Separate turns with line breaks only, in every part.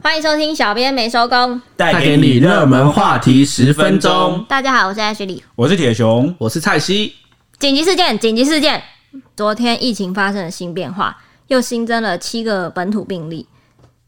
欢迎收听《小编没收工》。
带给你热门话题十分钟。
大家好，我是 H 李。
我是铁熊，
我是蔡西，
紧急事件，紧急事件！昨天疫情发生了新变化，又新增了七个本土病例。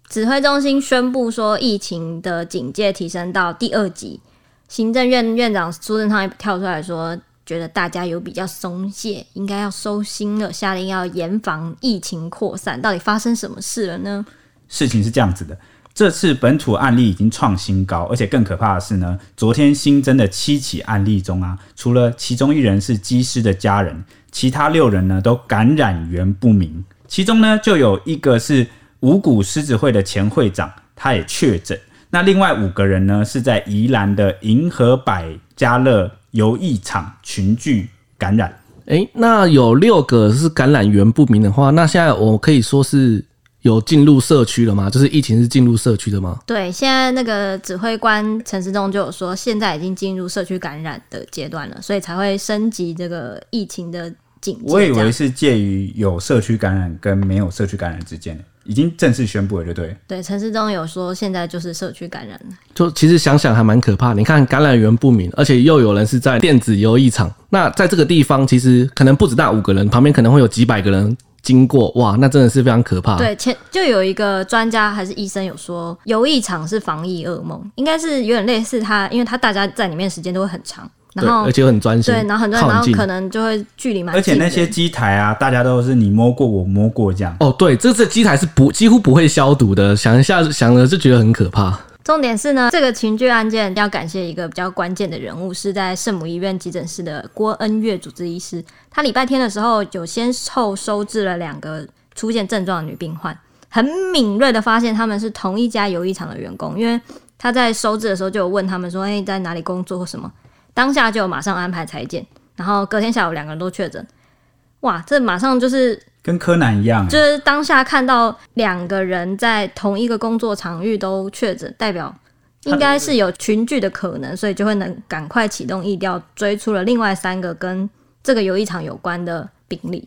指挥中心宣布说，疫情的警戒提升到第二级。行政院院长苏贞昌也跳出来说，觉得大家有比较松懈，应该要收心了，下令要严防疫情扩散。到底发生什么事了呢？
事情是这样子的。这次本土案例已经创新高，而且更可怕的是呢，昨天新增的七起案例中啊，除了其中一人是机师的家人，其他六人呢都感染源不明。其中呢就有一个是五股狮子会的前会长，他也确诊。那另外五个人呢是在宜兰的银河百家乐游艺场群聚感染。
哎、那有六个是感染源不明的话，那现在我可以说是有进入社区了吗？就是疫情是进入社区的吗？
对，现在那个指挥官陈时中就有说，现在已经进入社区感染的阶段了，所以才会升级这个疫情的警戒。
我以
这
为
样
是介于有社区感染跟没有社区感染之间，已经正式宣布了，就对了。
对，陈时中有说，现在就是社区感染了。
就其实想想还蛮可怕的。你看感染源不明，而且又有人是在电子游艺场，那在这个地方其实可能不止那五个人，旁边可能会有几百个人经过，哇，那真的是非常
啊
可怕。，
对，前就有一个专家还是医生有说，游艺场是防疫噩梦，应该是有点类似他，因为他大家在里面时间都会很长，然
对，
后
而且很专心，
对，然后很多人，然
靠
后
近
可能就会距离蛮
而且
近的，
那些机台啊，大家都是你摸过我摸过这样。
哦，对，这次机台是不几乎不会消毒的，想一下想了就觉得很可怕。
重点是呢，这个群聚案件要感谢一个比较关键的人物，是在圣母医院急诊室的郭恩月主治医师。他礼拜天的时候有先后收治了两个出现症状的女病患，很敏锐的发现他们是同一家游艺场的员工，因为他在收治的时候就有问他们说：“哎、在哪里工作或什么？”当下就有马上安排裁剪，然后隔天下午两个人都确诊。哇，这马上就是
跟柯南一样、
就是当下看到两个人在同一个工作场域都确诊，代表应该是有群聚的可能，所以就会能赶快启动疫调，追出了另外三个跟这个游艺场有关的病例。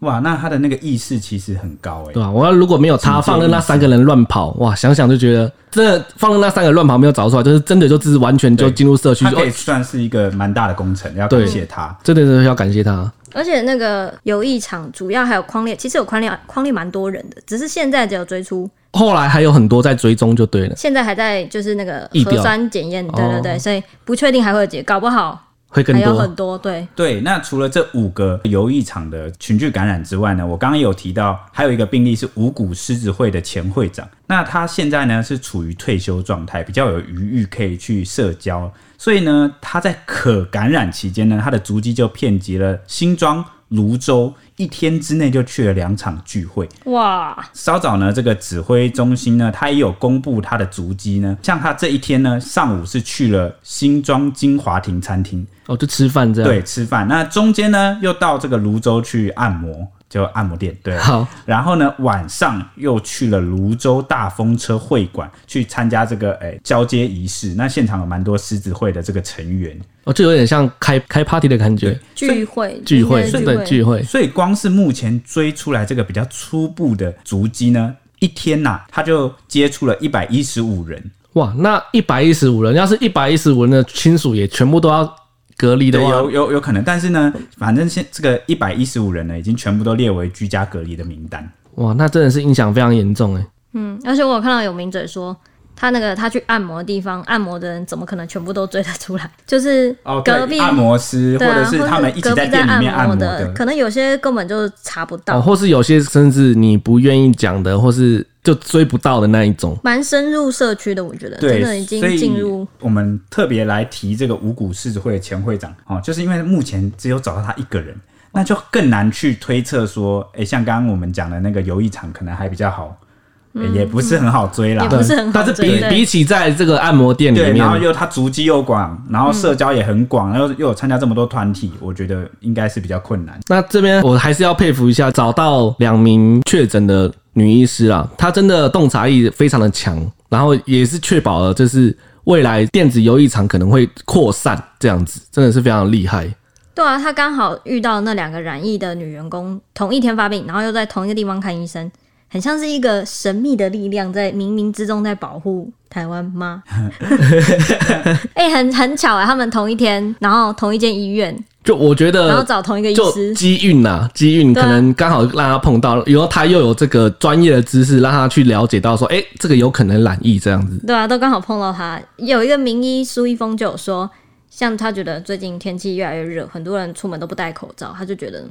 哇，那他的那个意识其实很高哎、
对吧、啊我要如果没有他放任那三个人乱跑，哇，想想就觉得真的放任那三个人乱跑没有找出来，就是真的就是完全就进入社区，
他
就
可
哦
以算是一个蛮大的工程，要感谢他。
真的是要感谢他。
而且那个游艺场主要还有框列，其实有框列框列蛮多人的，只是现在只有追出，
后来还有很多在追踪就对了，
现在还在就是那个
疫
核
调
酸检验，对对对，
哦
所以不确定还会有解，搞不好
会更
还有
多
很多对。
对，那除了这五个游艺场的群聚感染之外呢，我刚刚有提到还有一个病例是五股狮子会的前会长，那他现在呢是处于退休状态，比较有余裕可以去社交，所以呢他在可感染期间呢，他的足迹就遍及了新庄、泸州，一天之内就去了两场聚会。
哇，
稍早呢，这个指挥中心呢，他也有公布他的足迹呢。像他这一天呢，上午是去了新庄金华亭餐厅，
哦，就吃饭这样。，
对，吃饭。那中间呢，又到这个泸州去按摩，就按摩店，对。
好，
然后呢，晚上又去了泸州大风车会馆去参加这个诶、哎交接仪式。那现场有蛮多狮子会的这个成员，
哦，就有点像开开 party 的感觉，
聚会
聚会
应该是
对聚会，
所以光是目前追出来这个比较初步的足迹呢，一天呐、他就接触了一百一十五人。
哇，那一百一十五人，要是一百一十五人的亲属也全部都要隔离的
对，
话，
有有有可能，但是呢，反正现这个一百一十五人呢，已经全部都列为居家隔离的名单。
哇，那真的是影响非常严重哎。
嗯，而且我有看到有名嘴说，他那个他去按摩的地方，按摩的人怎么可能全部都追得出来？ 就是隔壁、
哦按摩师或
对啊，
者是他们一起
或者
在
隔壁在
店里面
按
按摩
的，可能有些根本就查不
哦，
到，
或是有些甚至你不愿意讲的，或是就追不到的那一种。
蛮、深入社区的。我觉得真的
对，
已
所
经
以
进入
我们特别来提这个五股狮子会的前会长哦，就是因为目前只有找到他一个人，那就更难去推测说，诶，像刚刚我们讲的那个游艺场可能还比较好，诶也不是很好追
嗯
啦。
也不是很好
但是
追。
比
嗯对
比起在这个按摩嗯店里
对，然后
面，
又他足迹又广，然后
嗯
社交也很广，然后又有参加这么多团体，我觉得应该是比较困难。
那这边我还是要佩服一下，找到两名确诊的女医师啊，她真的洞察力非常的强，然后也是确保了就是未来电子游艺场可能会扩散这样子，真的是非常厉害。
对啊，他刚好遇到那两个染疫的女员工同一天发病，然后又在同一个地方看医生，很像是一个神秘的力量在冥冥之中在保护台湾 吗？哎、很 很巧啊、他们同一天，然后同一间医院，
就我觉
然后
得，
找同一个医
呃就
师，
机运呐，机运
对啊
可能刚好让他碰到，然后他又有这个专业的知识，让他去了解到说，哎、这个有可能染疫这样子。
对啊，都刚好碰到他。有一个名医苏一峰就有说，像他觉得最近天气越来越热，很多人出门都不戴口罩，他就觉得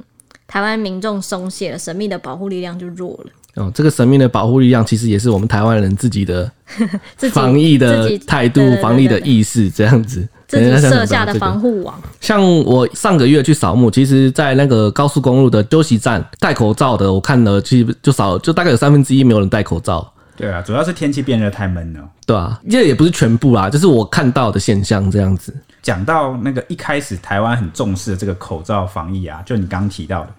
台湾民众松懈了，神秘的保护力量就弱了，
哦，这个神秘的保护力量，其实也是我们台湾人自己的
自己
防疫
自
的
己
态度
对对、对
防疫的
对
意识这样子。
自
人
己
家像
设
什么
下的
哎这个
防护网，
像我上个月去扫墓，其实，在那个高速公路的休息站戴口罩的，我看了，其实就少，就大概有三分之一没有人戴口罩，
对啊，主要是天气变热太闷了。
对吧、啊？这也不是全部啦，就是我看到的现象这样子。
讲到那个一开始台湾很重视的这个口罩防疫啊，就你刚刚提到的，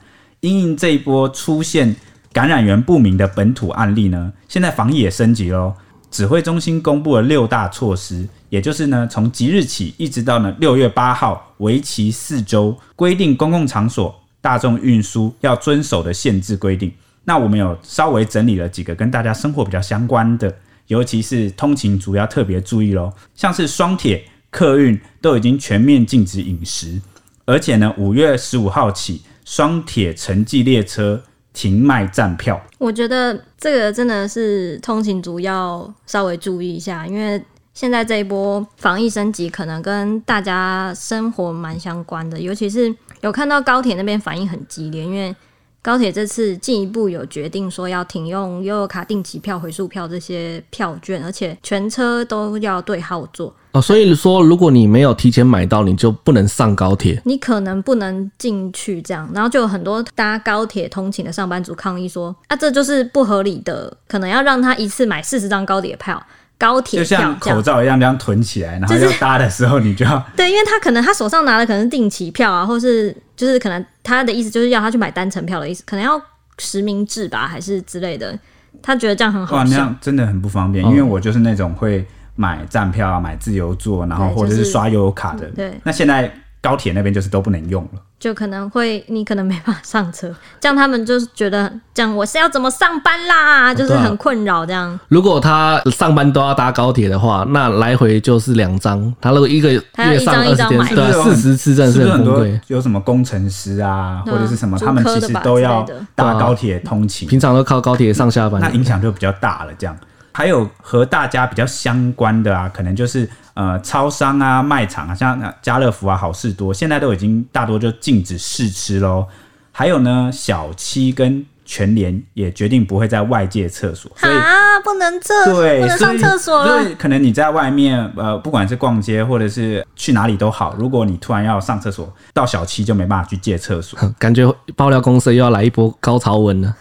因应这一波出现感染源不明的本土案例呢，现在防疫也升级喽。指挥中心公布了六大措施，也就是呢，从即日起一直到呢六月八号，为期四周，规定公共场所、大众运输要遵守的限制规定。那我们有稍微整理了几个跟大家生活比较相关的，尤其是通勤族要特别注意喽，像是双铁、客运都已经全面禁止饮食，而且呢，五月十五号起，双铁城际列车停卖站票。
我觉得这个真的是通勤族要稍微注意一下，因为现在这一波防疫升级，可能跟大家生活蛮相关的，尤其是有看到高铁那边反应很激烈，因为高铁这次进一步有决定说要停用悠游卡定期票、回数票这些票券，而且全车都要对号坐，
哦，所以说，如果你没有提前买到，你就不能上高铁。
你可能不能进去这样，然后就有很多搭高铁通勤的上班族抗议说，啊，这就是不合理的，可能要让他一次买四十张高铁票，高
就
铁票
像
这
口
样。
罩一样这样囤起来，然后
就是
要搭的时候 你就要
对，因为他可能他手上拿的可能是定期票啊，或是就是可能他的意思就是要他去买单程票的意思，可能要实名制吧，还是之类的。他觉得这样很
哇
好
那
笑，
样真的很不方
哦
便，
嗯
因为我就是那种会买站票啊、买自由座，然后
对
或者
就是是嗯
刷悠游卡的。
对，
那现在高铁那边就是都不能用了。
就可能会你可能没办法上车，这样他们就是觉得这样我是要怎么上班啦，就是
对啊
很困扰这样。
如果他上班都要搭高铁的话，那来回就是两张，他如果一个
他要
月
一
上
张
二
一
十
张
天
买，
对啊，
是不是
四
很
十次真的
是不是
是
很
很崩
多
溃。
有什么工程师啊，
对啊
或者是什么，
竹
他们
科
其
的
实
吧
都
之类
要
的
对
搭
啊
高铁通勤，
平常都靠高铁上下
那
嗯
班，
影响就比较大了。这样，还有和大家比较相关的啊，可能就是呃，超商啊、卖场啊，像呃家乐福啊、好事多，现在都已经大多就禁止试吃喽。还有呢，小七跟全联也决定不会在外界厕所，所以
啊，不能厕，
对，
不能上厕所
所以
了
所。以可能你在外面，呃，不管是逛街或者是去哪里都好，如果你突然要上厕所，到小七就没办法去借厕 所。
感觉爆料公司又要来一波高潮文了。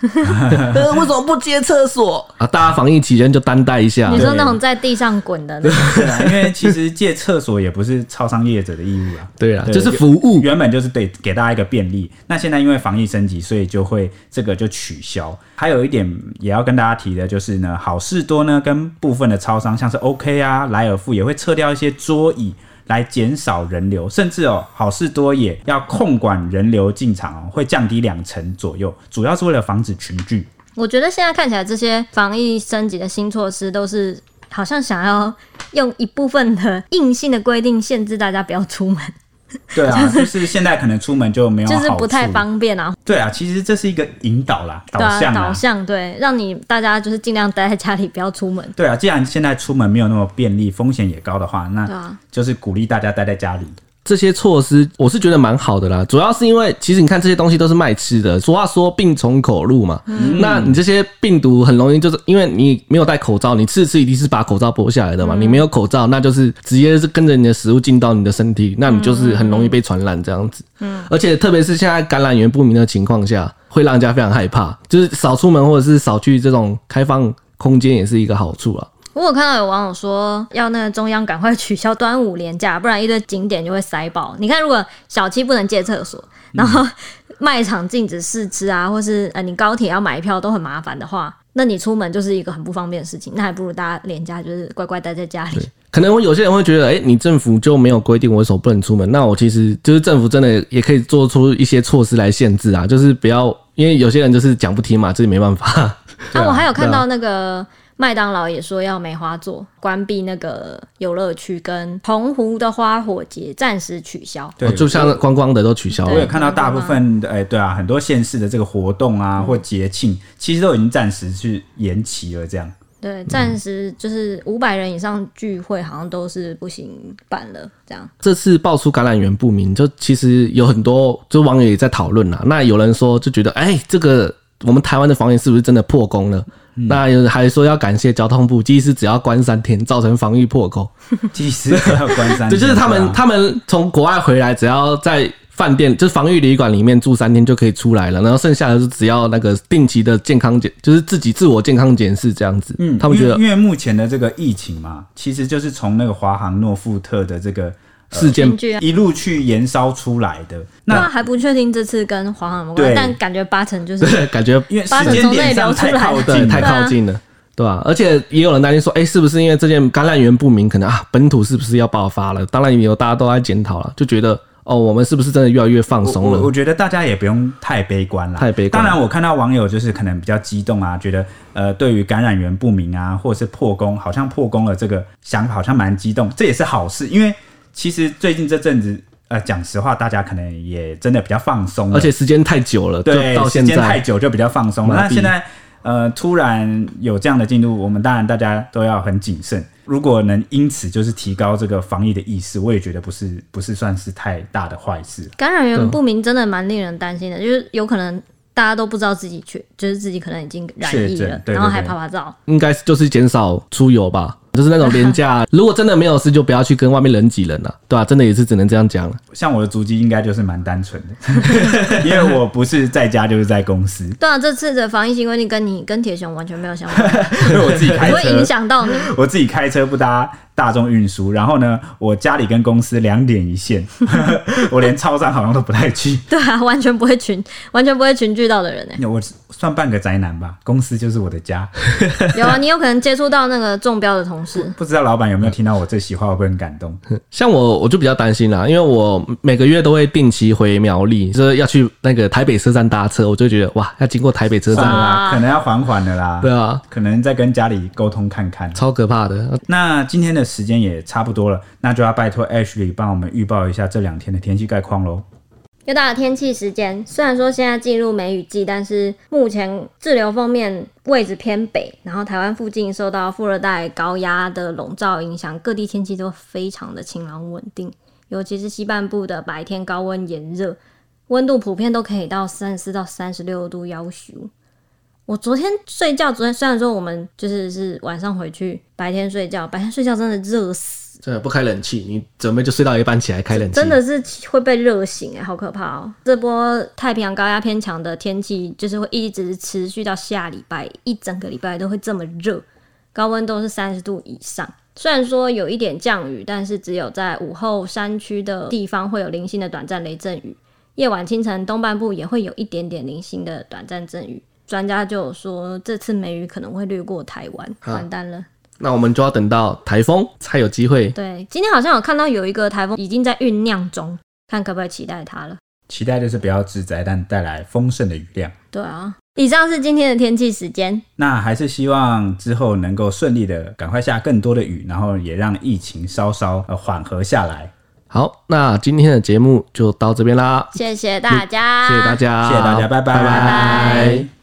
为什么不接厕所啊？大家防疫期间就担待一下
你。说
啊对
那种在地上滚的那种，
对啊，因为其实借厕所也不是超商业者的义务啊。
对啊，
对
就是服务。
原本就是对给大家一个便利，那现在因为防疫升级，所以就会这个就取消。还有一点也要跟大家提的就是呢，好事多呢跟部分的超商，像是 OK 啊、莱尔富也会撤掉一些桌椅。来减少人流，甚至哦，好事多也要控管人流进场哦，会降低两成左右，主要是为了防止群聚。
我觉得现在看起来这些防疫升级的新措施都是好像想要用一部分的硬性的规定限制大家不要出门，
对啊， 就是现在可能出门就没有好
就
处，
是不太方便啊，
对啊，其实这是一个引导啦，导
对啊，
向啦，
导向对，让你大家就是尽量待在家里，不要出门，
对啊，既然现在出门没有那么便利，风险也高的话，
对
那
啊，
就是鼓励大家待在家里。
这些措施我是觉得蛮好的啦，主要是因为其实你看这些东西都是卖吃的，俗话说病从口入嘛。那你这些病毒很容易就是因为你没有戴口罩，你吃吃一定是把口罩剥下来的嘛。你没有口罩，那就是直接是跟着你的食物进到你的身体，那你就是很容易被传染这样子。嗯，而且特别是现在感染源不明的情况下，会让人家非常害怕，就是少出门或者是少去这种开放空间也是一个好处啦。
我有看到有网友说，要那个中央赶快取消端午连假，不然一堆景点就会塞爆。你看，如果小七不能借厕所，然
嗯
后卖场禁止试吃啊，或是呃你高铁要买票都很麻烦的话，那你出门就是一个很不方便的事情。那还不如大家连假就是乖乖待在家里。
可能有些人会觉得，哎、你政府就没有规定我为什么不能出门？那我其实就是政府真的也可以做出一些措施来限制啊，就是不要，因为有些人就是讲不听嘛，这也没办法。
对
啊，
啊
我还有看
对啊
到那个麦当劳也说要梅花座关闭那个游乐区，跟澎湖的花火节暂时取消。
对，
哦就像观光的都取消
对嗯
我有
了。
看到大部分的，哎、对啊，很多县市的这个活动啊或节庆，其实都已经暂时去延期了，这样。
对，
嗯
暂时就是五百人以上聚会好像都是不行办了，这样。
这次爆出感染源不明，就其实有很多就网友也在讨论啦。啊那有人说就觉得，哎、这个我们台湾的防疫是不是真的破功了？那有人还说要感谢交通部，即使只要关三天，造成防疫破功。
其实只要关山，
对，就是他
对
们
啊
他们从国外回来，只要在饭店就是防疫旅馆里面住三天就可以出来了，然后剩下的就只要那个定期的健康检，就是自己自我健康检视这样子。
嗯，
他们觉
因为
得
因为目前的这个疫情嘛，其实就是从那个华航诺富特的这个
事件
根据啊，啊
一路去延烧出来的。那
那还不确定这次跟黄航有关
对，
但感觉八成就是
对感觉
因为时间点上太靠近
对
了，
太
对啊
靠近了。对吧、而且也有人担心说，哎、是不是因为这件感染源不明，可能啊本土是不是要爆发了？当然也有大家都在检讨了，就觉得哦，我们是不是真的越来越放
我
松
我我
了？
觉得大家也不用太悲观啦，
太悲观
当然，我看到网友就是可能比较激动啊，觉得呃，对于感染源不明啊，或者是破功，好像破功了这个想法，好像蛮激动，这也是好事，因为其实最近这阵子，呃，讲实话，大家可能也真的比较放松了，
而且时间太久了，就
对
到
时
现
间太
在，
久就比较放松了。
麻痹
那现在呃，突然有这样的进度，我们当然大家都要很谨慎。如果能因此就是提高这个防疫的意识，我也觉得不是不是算是太大的坏事。
感染源不明，真的蛮令人担心的，就是有可能大家都不知道自己确，就是自己可能已经染
确
疫
诊
了，
对
然后
对
还
对
拍拍照，
应该就是减少出游吧，就是那种廉 价。如果真的没有事，就不要去跟外面人挤人了、啊对吧、真的也是只能这样讲了。啊
像我的足迹应该就是蛮单纯的， 因为我不是在家就是在公司，
对啊，这次的防疫新规定跟你跟铁熊完全没有相关，
因为我自己开
不会
车
影，响到你。
我自己开车不搭大众运输，然后呢，我家里跟公司两点一线， 我连超商好像都不太去，
对啊，完全不会群，完全不会群聚到的人哎、
我算半个宅男吧，公司就是我的家。
有啊，你有可能接触到那个中标的同事，
不知道老板有没有听到我这席话，会不会很感动？
像我，我就比较担心啦，因为我每个月都会定期回苗栗，就是要去那个台北车站搭车，我就觉得哇，要经过台北车
算
站，
了啦，
哇
可能要缓缓的啦。
啊对，啊，
可能再跟家里沟通看看。
超可怕的。
那今天的时间也差不多了，那就要拜托 Ashley 帮我们预报一下这两天的天气概况喽。
又到了天气时间，虽然说现在进入梅雨季，但是目前滞留鋒面位置偏北，然后台湾附近受到副热带高压的笼罩影响，各地天气都非常的晴朗稳定，尤其是西半部的白天高温炎热，温度普遍都可以到三十四到三十六度要求。我昨天睡觉，昨天虽然说我们就是是晚上回去，白天睡觉，白天睡觉真的热死。
真的不开冷气，你准备就睡到一半起来开冷气，
真的是会被热醒哎、好可怕哦！这波太平洋高压偏强的天气，就是会一直持续到下礼拜，一整个礼拜都会这么热，高温都是三十度以上。虽然说有一点降雨，但是只有在午后山区的地方会有零星的短暂雷阵雨，夜晚清晨东半部也会有一点点零星的短暂阵雨。专家就有说，这次梅雨可能会掠过台湾，
啊
完蛋了。
那我们就要等到台风才有机会。
对，今天好像有看到有一个台风已经在酝酿中，看可不可以期待它了。
期待就是不要致灾，但带来丰盛的雨量。
对啊，以上是今天的天气时间。
那还是希望之后能够顺利的赶快下更多的雨，然后也让疫情稍稍呃缓和下来。
好，那今天的节目就到这边啦，
谢谢大家，
谢谢大家，
谢谢大家，拜
拜
拜
拜